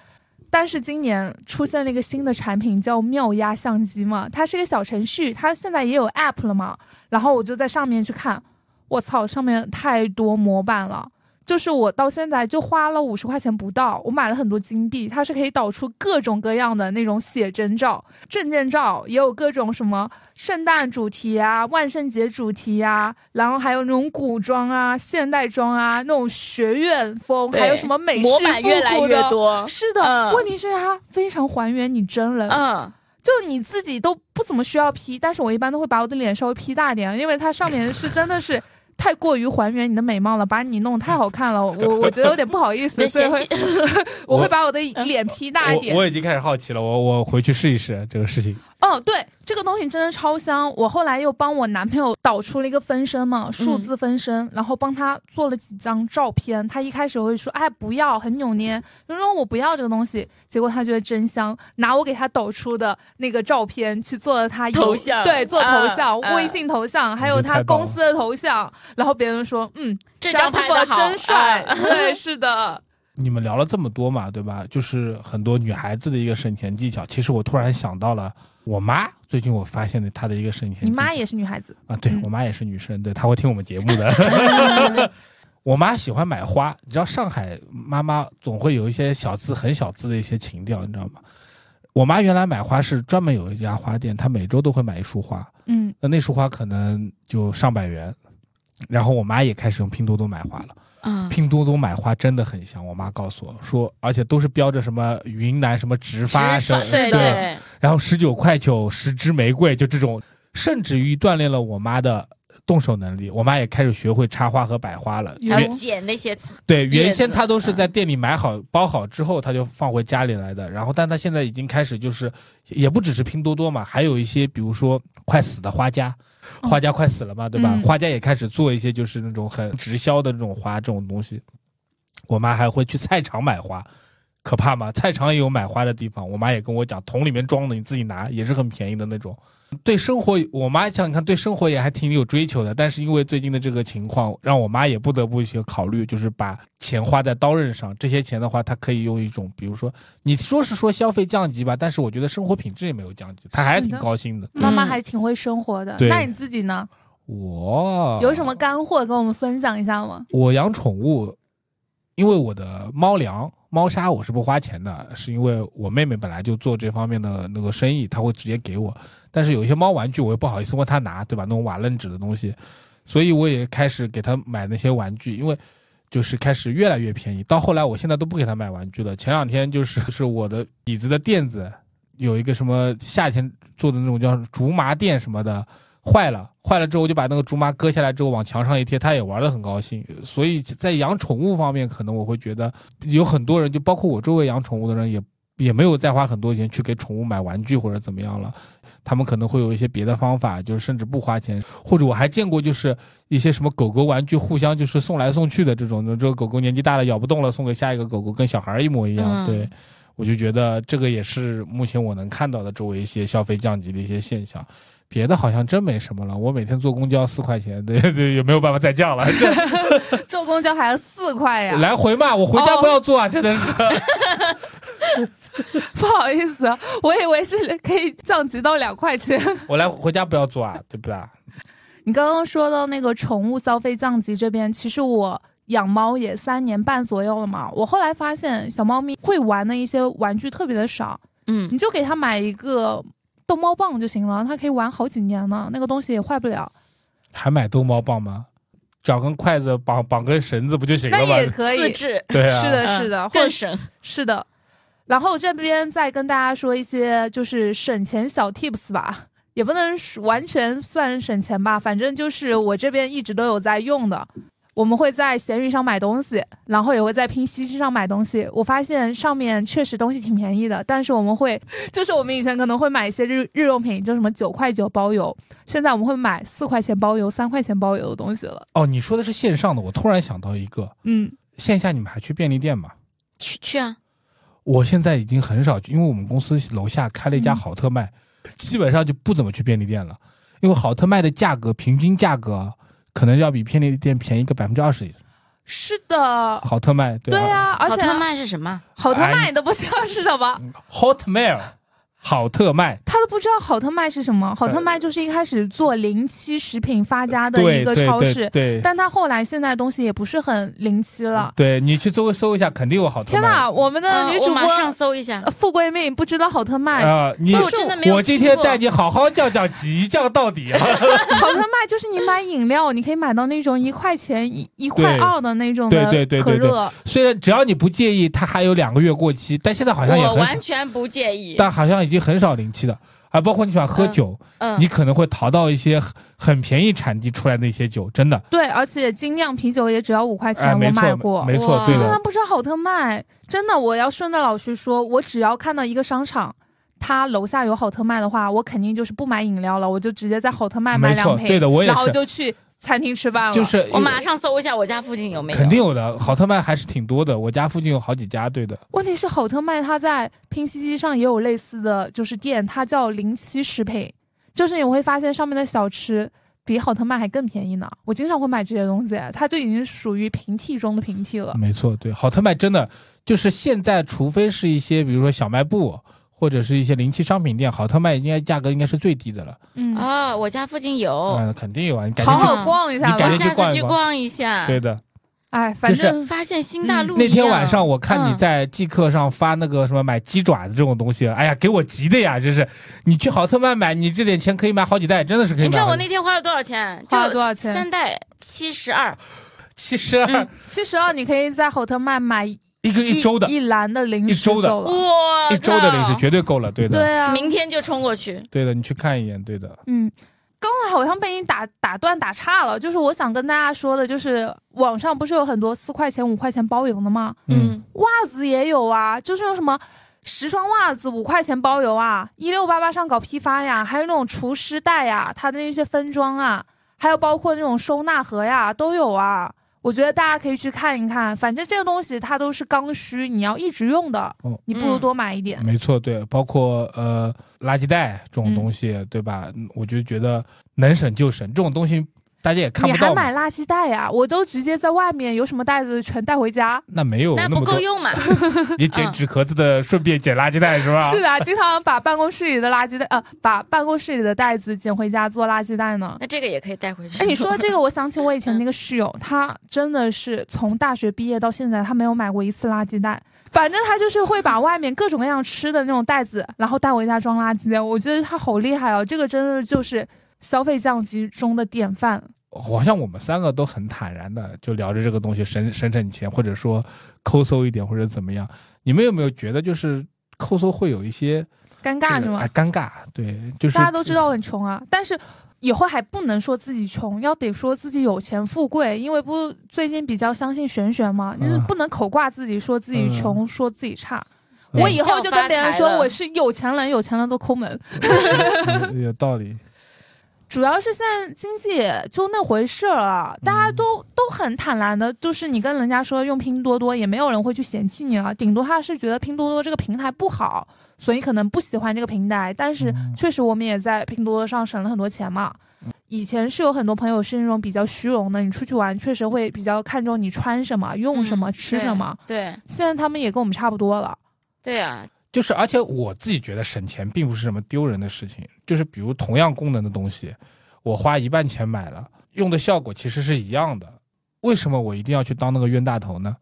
Speaker 2: 但是今年出现了一个新的产品，叫妙压相机嘛，它是一个小程序，它现在也有 app 了嘛。然后我就在上面去看，我操，上面太多模板了。就是我到现在就花了五十块钱不到，我买了很多金币，它是可以导出各种各样的那种写真照、证件照，也有各种什么圣诞主题啊、万圣节主题啊，然后还有那种古装啊、现代装啊、那种学院风，
Speaker 3: 对
Speaker 2: 还有什么美式
Speaker 3: 模板越来
Speaker 2: 复古
Speaker 3: 越
Speaker 2: 的。
Speaker 3: 多，
Speaker 2: 是的，
Speaker 3: 嗯
Speaker 2: 问题是它非常还原你真人，
Speaker 3: 嗯，
Speaker 2: 就你自己都不怎么需要 P，但是我一般都会把我的脸稍微 P 大点，因为它上面是真的 是太过于还原你的美貌了，把你弄得太好看了，我我觉得有点不好意 思，
Speaker 3: 对，
Speaker 2: 所以
Speaker 3: 嫌
Speaker 2: 会
Speaker 3: 弃
Speaker 2: 我会把我的脸 P 大一
Speaker 4: 嗯我我
Speaker 2: 点。
Speaker 4: 已经开始好奇了，我我回去试一试这个事情。
Speaker 2: 哦，对，这个东西真的超香，我后来又帮我男朋友导出了一个分身嘛，
Speaker 3: 嗯
Speaker 2: 数字分身，然后帮他做了几张照片。他一开始会说：“哎，不要，很扭捏。”就说我不要这个东西，结果他觉得真香，拿我给他抖出的那个照片去做了他有
Speaker 3: 头像
Speaker 2: 对，做头像、
Speaker 3: 啊啊
Speaker 2: 微信头像，还有
Speaker 4: 你这
Speaker 2: 他
Speaker 4: 太棒
Speaker 2: 公司的头像，然后别人说，嗯，
Speaker 3: 这张
Speaker 2: 贾斯
Speaker 3: 拍的
Speaker 2: 伯
Speaker 3: 好，
Speaker 2: 真帅，
Speaker 3: 嗯
Speaker 2: 对，是的，
Speaker 4: 你们聊了这么多嘛，对吧？就是很多女孩子的一个省钱技巧。其实我突然想到了我妈，最近我发现的她的一个省钱技巧。
Speaker 2: 你妈也是女孩子，
Speaker 4: 啊，对
Speaker 2: 嗯
Speaker 4: 我妈也是女生，对她会听我们节目的。 我妈喜欢买花，你知道上海妈妈总会有一些小资很小资的一些情调，你知道吗？我妈原来买花是专门有一家花店，她每周都会买一束花，
Speaker 2: 嗯，
Speaker 4: 那那束花可能就上百元。然后我妈也开始用拼多多买花了，
Speaker 3: 嗯
Speaker 4: 拼多多买花真的很香，我妈告诉我说，而且都是标着什么云南什么直发
Speaker 3: 直
Speaker 4: 什
Speaker 3: 发
Speaker 4: 么，
Speaker 3: 对
Speaker 4: 对，然后十九块九十支玫瑰就这种，甚至于锻炼了我妈的动手能力，我妈也开始学会插花和摆花了。
Speaker 2: 有
Speaker 3: 还
Speaker 4: 原
Speaker 3: 有剪那些草，
Speaker 4: 对，
Speaker 3: 叶
Speaker 4: 原先
Speaker 3: 子
Speaker 4: 她都是
Speaker 3: 嗯
Speaker 4: 在店里买好、包好之后，她就放回家里来的。然后，但她现在已经开始就是，也不只是拼多多嘛，还有一些比如说快死的花家，
Speaker 3: 哦
Speaker 4: 花家快死了嘛，对吧？
Speaker 2: 嗯
Speaker 4: 花家也开始做一些就是那种很直销的这种花这种东西。我妈还会去菜场买花，可怕吗？菜场也有买花的地方。我妈也跟我讲，桶里面装的你自己拿，也是很便宜的那种。对生活，我妈想想看，对生活也还挺有追求的。但是因为最近的这个情况，让我妈也不得不去考虑，就是把钱花在刀刃上。这些钱的话，她可以用一种，比如说，你说是说消费降级吧，但是我觉得生活品质也没有降级，她还
Speaker 2: 是
Speaker 4: 挺
Speaker 2: 的
Speaker 4: 高兴的。
Speaker 2: 妈妈
Speaker 3: 嗯
Speaker 2: 还挺会生活的。
Speaker 4: 对
Speaker 2: 那你自己呢？
Speaker 4: 我
Speaker 2: 有什么干货跟我们分享一下吗？
Speaker 4: 我养宠物，因为我的猫粮、猫砂我是不花钱的，是因为我妹妹本来就做这方面的那个生意，她会直接给我。但是有一些猫玩具，我又不好意思问她拿，对吧？那种瓦楞纸的东西，所以我也开始给她买那些玩具，因为。就是开始越来越便宜，到后来我现在都不给她买玩具了。前两天就是 是我的椅子的垫子有一个什么夏天做的那种叫竹麻垫什么的，坏了，坏了之后我就把那个竹麻割下来之后往墙上一贴，它也玩得很高兴。所以在养宠物方面，可能我会觉得有很多人，就包括我周围养宠物的人也，也没有再花很多钱去给宠物买玩具或者怎么样了。他们可能会有一些别的方法，就是甚至不花钱，或者我还见过就是一些什么狗狗玩具互相就是送来送去的这种，这个狗狗年纪大了咬不动了，送给下一个狗狗，跟小孩一模一样。
Speaker 3: 嗯
Speaker 4: 对，我就觉得这个也是目前我能看到的周围一些消费降级的一些现象。别的好像真没什么了，我每天坐公交四块钱，对对，也没有办法再降了。这
Speaker 2: 坐公交还要四块呀！
Speaker 4: 来回嘛，我回家
Speaker 2: 啊哦
Speaker 4: 不要坐啊，真的是。
Speaker 2: 不好意思，啊我以为是可以降级到两块钱。
Speaker 4: 我来回家不要坐啊，对不对？
Speaker 2: 你刚刚说到那个宠物消费降级这边，其实我养猫也三年半左右了嘛。我后来发现，小猫咪会玩的一些玩具特别的少，
Speaker 3: 嗯
Speaker 2: 你就给它买一个逗猫棒就行了，它可以玩好几年呢，那个东西也坏不了。
Speaker 4: 还买逗猫棒吗？找根筷子绑绑根绳子不就行
Speaker 2: 那
Speaker 4: 了
Speaker 2: 也
Speaker 4: 吗？
Speaker 2: 可
Speaker 3: 自
Speaker 2: 以，
Speaker 3: 制，
Speaker 4: 对啊，
Speaker 2: 是的，是的，
Speaker 3: 嗯
Speaker 2: 或者
Speaker 3: 更省，
Speaker 2: 是的。然后这边再跟大家说一些就是省钱小 tips 吧，也不能说完全算省钱吧，反正就是我这边一直都有在用的。我们会在闲鱼上买东西，然后也会在拼夕夕上买东西。我发现上面确实东西挺便宜的，但是我们会，就是我们以前可能会买一些日日用品，就什么九块九包邮，现在我们会买四块钱包邮、三块钱包邮的东西了。
Speaker 4: 哦，你说的是线上的，我突然想到一个，
Speaker 2: 嗯，
Speaker 4: 线下你们还去便利店吗？
Speaker 3: 去去啊，
Speaker 4: 我现在已经很少去，因为我们公司楼下开了一家
Speaker 2: 嗯
Speaker 4: 好特卖，基本上就不怎么去便利店了，因为好特卖的价格平均价格可能要比便利店便宜个百分之二十。
Speaker 2: 是的，
Speaker 4: 好特卖对
Speaker 2: 对啊
Speaker 4: 吧、
Speaker 2: 呀、而
Speaker 3: 好
Speaker 2: 且
Speaker 3: 特卖是什么？
Speaker 2: 好特
Speaker 4: 哎
Speaker 2: 卖你都不知道是什么。
Speaker 4: h o t m a i l 好特卖，
Speaker 2: 他都不知道好特卖是什
Speaker 4: 呃
Speaker 2: 么。好特卖就是一开始做临期食品发家的一个超市，
Speaker 4: 对对
Speaker 2: 但他后来现在东西也不是很临期了。
Speaker 4: 对，你去搜搜一下，肯定有好特
Speaker 2: 天
Speaker 4: 卖。
Speaker 2: 哪，我们的
Speaker 3: 嗯
Speaker 2: 女
Speaker 3: 我
Speaker 2: 主播
Speaker 3: 马上搜一下。
Speaker 2: 呃富贵命不知道好特卖，
Speaker 4: 啊、你
Speaker 3: 哎所以我真的没有
Speaker 4: 我今
Speaker 3: 听
Speaker 4: 天
Speaker 3: 过
Speaker 4: 带你好好降降级，降到底啊！
Speaker 2: 好特卖就是你买饮料，你可以买到那种一块钱一一块
Speaker 4: 对
Speaker 2: 二的那种的
Speaker 4: 对对对
Speaker 2: 可
Speaker 4: 对对
Speaker 2: 乐，
Speaker 4: 虽然只要你不介意，它还有两个月过期，但现在好像也
Speaker 3: 我
Speaker 4: 很
Speaker 3: 完
Speaker 4: 少，
Speaker 3: 全不介意。
Speaker 4: 但好像已经很少临期了。啊，包括你喜欢喝
Speaker 3: 嗯
Speaker 4: 酒，
Speaker 3: 嗯
Speaker 4: 你，可能会淘到一些很很便宜产地出来的一些酒，真的，
Speaker 2: 对，而且精酿啤酒也只要五块
Speaker 4: 哎，
Speaker 2: 钱，我
Speaker 4: 没
Speaker 2: 买
Speaker 4: 错，
Speaker 2: 过。
Speaker 4: 没错，
Speaker 3: 哇
Speaker 4: 对
Speaker 2: 现在
Speaker 4: 的，
Speaker 2: 不知道好特卖，真的，我要顺着老徐说，我只要看到一个商场，它楼下有好特卖的话，我肯定就是不买饮料了，我就直接在好特卖买
Speaker 4: 没
Speaker 2: 两
Speaker 4: 错，
Speaker 2: 瓶，
Speaker 4: 对的，我也
Speaker 2: 然后
Speaker 4: 是，
Speaker 2: 就去餐厅吃饭了。
Speaker 4: 就，是
Speaker 3: 我马上搜一下我家附近有没有。
Speaker 4: 肯定有的，好特卖还是挺多的，我家附近有好几家，对的。
Speaker 2: 问题是好特卖它在拼夕夕上也有类似的就是店，它叫零七食品，就是你会发现上面的小吃。比好特卖还更便宜呢，我经常会买这些东西，它就已经属于平替中的平替了。
Speaker 4: 没错，对，好特卖真的就是现在，除非是一些比如说小卖部或者是一些零七商品店，好特卖应该价格应该是最低的了。
Speaker 2: 嗯，
Speaker 3: 啊，我家附近有，
Speaker 4: 嗯， 肯定有啊，你赶
Speaker 2: 好
Speaker 4: 紧去。
Speaker 2: 好逛一下
Speaker 4: 你赶
Speaker 3: 我
Speaker 4: 紧
Speaker 2: 吧。
Speaker 4: 去
Speaker 3: 下次
Speaker 4: 逛一
Speaker 3: 去
Speaker 4: 逛
Speaker 3: 逛一下。
Speaker 4: 对的，
Speaker 2: 哎，反
Speaker 4: 就是
Speaker 2: 正
Speaker 3: 发现新大陆一
Speaker 4: 那
Speaker 3: 样。
Speaker 4: 天晚上我看你
Speaker 3: 嗯
Speaker 4: 在即刻上发那个什么买鸡爪子这种东西，哎呀，给我急的呀！真是，你去好特卖买，你这点钱可以买好几袋，真的是可以买
Speaker 3: 你
Speaker 4: 好
Speaker 3: 知
Speaker 4: 几。
Speaker 3: 道我那天花了多少钱？就
Speaker 2: 花了多少钱
Speaker 3: 三袋七十二，
Speaker 4: 七十 二
Speaker 3: 嗯
Speaker 2: 七十二，你可以在好特卖买一
Speaker 4: 一个一周的，
Speaker 2: 一篮的零
Speaker 4: 一
Speaker 2: 食
Speaker 4: 周的
Speaker 2: 走了。
Speaker 3: 哇，
Speaker 4: 一周的零食
Speaker 3: 靠
Speaker 4: 绝对够了，对的，
Speaker 2: 对啊，
Speaker 3: 明天就冲过去。
Speaker 4: 对的，你去看一眼，对的，
Speaker 2: 嗯，刚才好像被你打打断打岔了，就是我想跟大家说的，就是网上不是有很多四块钱、五块钱包邮的吗？
Speaker 4: 嗯，
Speaker 3: 嗯，
Speaker 2: 袜子也有啊，就是用什么。十双袜子五块钱包邮啊，一六八八上搞批发呀，还有那种厨师袋呀，它的那些分装啊，还有包括那种收纳盒呀，都有啊。我觉得大家可以去看一看，反正这个东西它都是刚需，你要一直用的，
Speaker 4: 哦
Speaker 2: 你不如
Speaker 3: 嗯
Speaker 2: 多买一点。
Speaker 4: 没错，对，包括呃垃圾袋这种东西，对吧？嗯我就觉得能省就省，这种东西大家也看
Speaker 2: 你
Speaker 4: 不
Speaker 2: 还
Speaker 4: 到嘛，
Speaker 2: 买垃圾袋呀、我都直接在外面有什么袋子全带回家。
Speaker 4: 那没有
Speaker 3: 那不
Speaker 4: 么
Speaker 3: 够
Speaker 4: 多，
Speaker 3: 用嘛？
Speaker 4: 你捡
Speaker 3: 嗯
Speaker 4: 纸壳子的，顺便捡垃圾袋是吧？
Speaker 2: 是啊的，经常把办公室里的垃圾袋，呃，把办公室里的袋子捡回家做垃圾袋呢。
Speaker 3: 那这个也可以带回 去。
Speaker 2: 哎，你说这个，我想起我以前那个室友，他真的是从大学毕业到现在，他没有买过一次垃圾袋。反正他就是会把外面各种各样吃的那种袋子，然后带回家装垃圾。我觉得他好厉害哦，这个真的就是消费降级中的典范。
Speaker 4: 好像我们三个都很坦然的就聊着这个东西省省省钱，或者说抠搜一点，或者怎么样。你们有没有觉得就是抠搜会有一些
Speaker 2: 尴尬
Speaker 4: 这
Speaker 2: 是
Speaker 4: 个
Speaker 2: 吗
Speaker 4: 啊？尴尬，对，就是
Speaker 2: 大家都知道我很穷啊，但是以后还不能说自己穷，要得说自己有钱富贵，因为不最近比较相信玄学嘛，
Speaker 4: 嗯
Speaker 2: 你不能口挂自己说自己穷，说自己差。
Speaker 4: 嗯
Speaker 2: 我以后就跟别人说
Speaker 3: 笑发财了
Speaker 2: 我是有钱人，有钱人都抠门。
Speaker 4: 嗯有有道理，
Speaker 2: 主要是现在经济就那回事儿了，大
Speaker 4: 嗯
Speaker 2: 家都、都很坦然的，就是你跟人家说用拼多多，也没有人会去嫌弃你了，顶多他是觉得拼多多这个平台不好，所以可能不喜欢这个平台。但是
Speaker 4: 嗯
Speaker 2: 确实我们也在拼多多上省了很多钱嘛。以前是有很多朋友是那种比较虚荣的，你出去玩确实会比较看重你穿什么、用什么、
Speaker 3: 嗯
Speaker 2: 吃什么。？
Speaker 3: 对
Speaker 2: 现在他们也跟我们差不多了，
Speaker 3: 对对啊，
Speaker 4: 就是而且我自己觉得省钱并不是什么丢人的事情，就是比如同样功能的东西，我花一半钱买了，用的效果其实是一样的，为什么我一定要去当那个冤大头呢？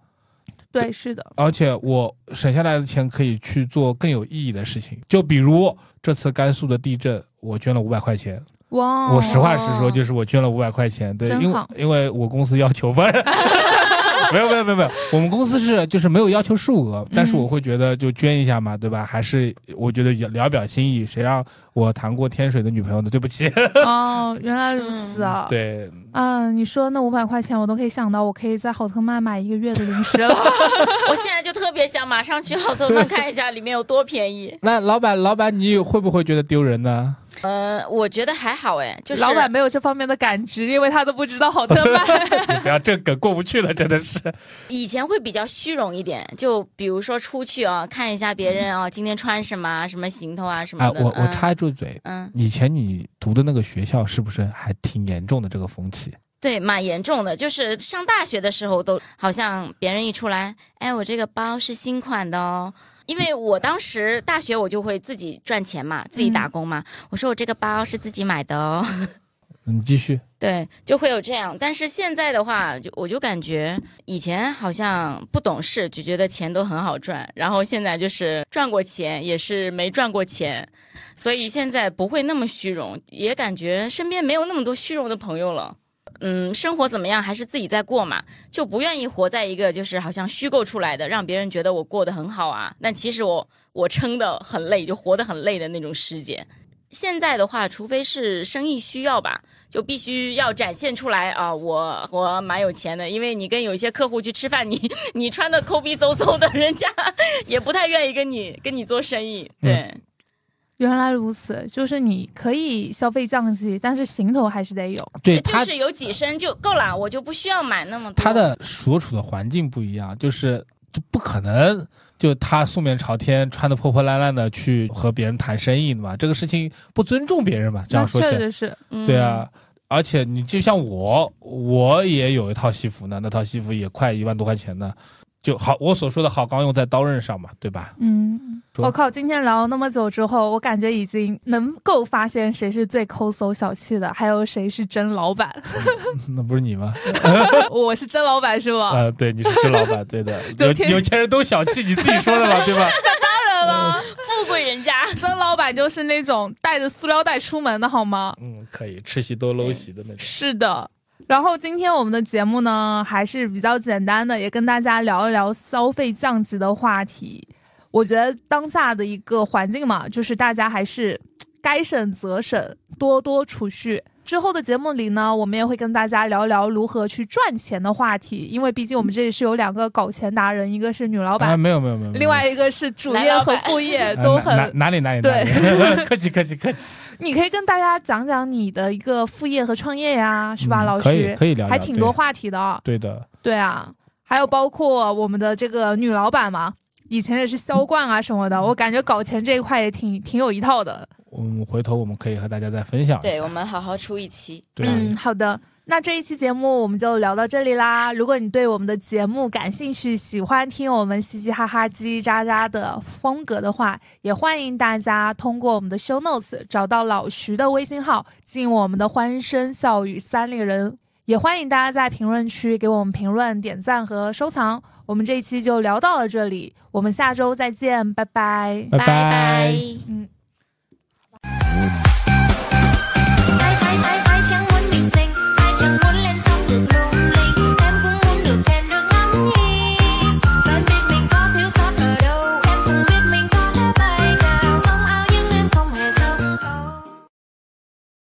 Speaker 2: 对，是的，
Speaker 4: 而且我省下来的钱可以去做更有意义的事情，就比如这次甘肃的地震，我捐了五百块钱。
Speaker 2: 哇，
Speaker 3: 哦
Speaker 2: 哦
Speaker 4: 我实话实说，就是我捐了五百块钱，对，
Speaker 2: 真
Speaker 4: 因为
Speaker 2: 好
Speaker 4: 因为我公司要 求，不是，没有没有没有没有，我们公司是就是没有要求数额，但是
Speaker 3: 嗯
Speaker 4: 我会觉得就捐一下嘛，对吧？还是我觉得也聊表心意，谁让我谈过天水的女朋友呢？对不起，
Speaker 2: 哦，原来如此啊，
Speaker 4: 对，
Speaker 2: 嗯，你说那五百块钱，我都可以想到，我可以在好特卖买一个月的零食 了。
Speaker 3: 我现在就特别想马上去奥特曼看一下里面有多便宜。
Speaker 4: 那老板老板你会不会觉得丢 人呢？
Speaker 3: 呃，我觉得还好哎，就是
Speaker 2: 老板没有这方面的感知，因为他都不知道好特 卖。
Speaker 4: 你不要这梗过不去了，真的是。
Speaker 3: 以前会比较虚荣一点，就比如说出去啊，看一下别人啊，今天穿什么啊、什么行头啊什么
Speaker 4: 啊，
Speaker 3: 的。
Speaker 4: 我我
Speaker 3: 嗯
Speaker 4: 插一句嘴，
Speaker 3: 嗯，
Speaker 4: 以前你读的那个学校是不是还挺严重的这个风气？
Speaker 3: 对，蛮严重的。就是上大学的时候，都好像别人一出来，哎，我这个包是新款的哦。因为我当时大学我就会自己赚钱嘛，自己打工嘛。我说我这个包是自己买的哦，
Speaker 4: 你继续。
Speaker 3: 对，就会有这样。但是现在的话，就我就感觉以前好像不懂事，就觉得钱都很好赚，然后现在就是赚过钱，也是没赚过钱，所以现在不会那么虚荣，也感觉身边没有那么多虚荣的朋友了。嗯，生活怎么样还是自己在过嘛，就不愿意活在一个就是好像虚构出来的，让别人觉得我过得很好啊，但其实我我撑得很累，就活得很累的那种世界。现在的话，除非是生意需要吧，就必须要展现出来啊！我我蛮有钱的，因为你跟有一些客户去吃饭，你 你穿的抠逼嗖嗖的，人家也不太愿意跟你跟你做生意。
Speaker 4: 嗯
Speaker 3: 对，
Speaker 2: 原来如此，就是你可以消费降级，但是行头还是得有。
Speaker 4: 对
Speaker 3: 就
Speaker 4: 他
Speaker 3: 是有几身就够了，我就不需要买那么多。
Speaker 4: 他的所处的环境不一样，就是就不可能就他素面朝天，穿的破破烂烂的去和别人谈生意的嘛，这个事情不尊重别人嘛，这
Speaker 2: 那
Speaker 4: 样说
Speaker 2: 确
Speaker 4: 起来，
Speaker 2: 实是，
Speaker 3: 嗯
Speaker 4: 对啊。而且你就像我，我也有一套西服呢，那套西服也快一万多块钱呢，就好，我所说的好钢用在刀刃上嘛，对吧？
Speaker 2: 嗯，
Speaker 4: 说
Speaker 2: 我靠，今天聊了那么久之后，我感觉已经能够发现谁是最抠搜小气的，还有谁是真老 板。
Speaker 4: 那不是你吗？
Speaker 2: 我是真老板是吗？
Speaker 4: 啊，对，你是支老板， 对的，
Speaker 2: 就
Speaker 4: 有
Speaker 2: 天
Speaker 4: 有钱人都小气，你自己说的嘛， 对吧？
Speaker 2: 当然了，
Speaker 3: 富贵人家，
Speaker 2: 真老板就是那种带着塑料袋出门的好吗？
Speaker 4: 嗯，可以，吃席都搂席的那种。
Speaker 2: 是的。然后今天我们的节目呢还是比较简单的，也跟大家聊一聊消费降级的话题。我觉得当下的一个环境嘛，就是大家还是该省则省，多多储蓄。之后的节目里呢，我们也会跟大家聊聊如何去赚钱的话题，因为毕竟我们这里是有两个搞钱达人，一个是女老板，
Speaker 4: 啊，没有没有没有，没有
Speaker 2: 另外一个是主
Speaker 3: 男
Speaker 2: 业
Speaker 3: 老
Speaker 2: 和
Speaker 3: 板
Speaker 2: 副业
Speaker 4: 呃
Speaker 2: 都
Speaker 4: 哪哪
Speaker 2: 很。
Speaker 4: 哪里哪里
Speaker 2: 对
Speaker 4: 哪里 客气客气客气，
Speaker 2: 你可以跟大家讲讲你的一个副业和创业呀，是吧，
Speaker 4: 嗯
Speaker 2: 老
Speaker 4: 可以
Speaker 2: 徐？
Speaker 4: 可以聊聊，
Speaker 2: 还挺多
Speaker 4: 对
Speaker 2: 话题的哦。
Speaker 4: 对的，
Speaker 2: 对啊，还有包括我们的这个女老板嘛，以前也是销冠啊什么的，我感觉搞钱这一块也挺挺有一套的。
Speaker 4: 嗯，回头我们可以和大家再分享一
Speaker 3: 对
Speaker 4: 下
Speaker 3: 我们好好出一期。
Speaker 4: 对啊
Speaker 2: 嗯，好的。那这一期节目我们就聊到这里啦。如果你对我们的节目感兴趣，喜欢听我们嘻嘻哈哈、叽叽喳喳的风格的话，也欢迎大家通过我们的 show notes 找到老徐的微信号，进我们的欢声笑语三里人。也欢迎大家在评论区给我们评论、点赞和收藏。我们这一期就聊到了这里，我们下周再见，拜拜。
Speaker 4: 拜
Speaker 3: 拜。
Speaker 2: 嗯。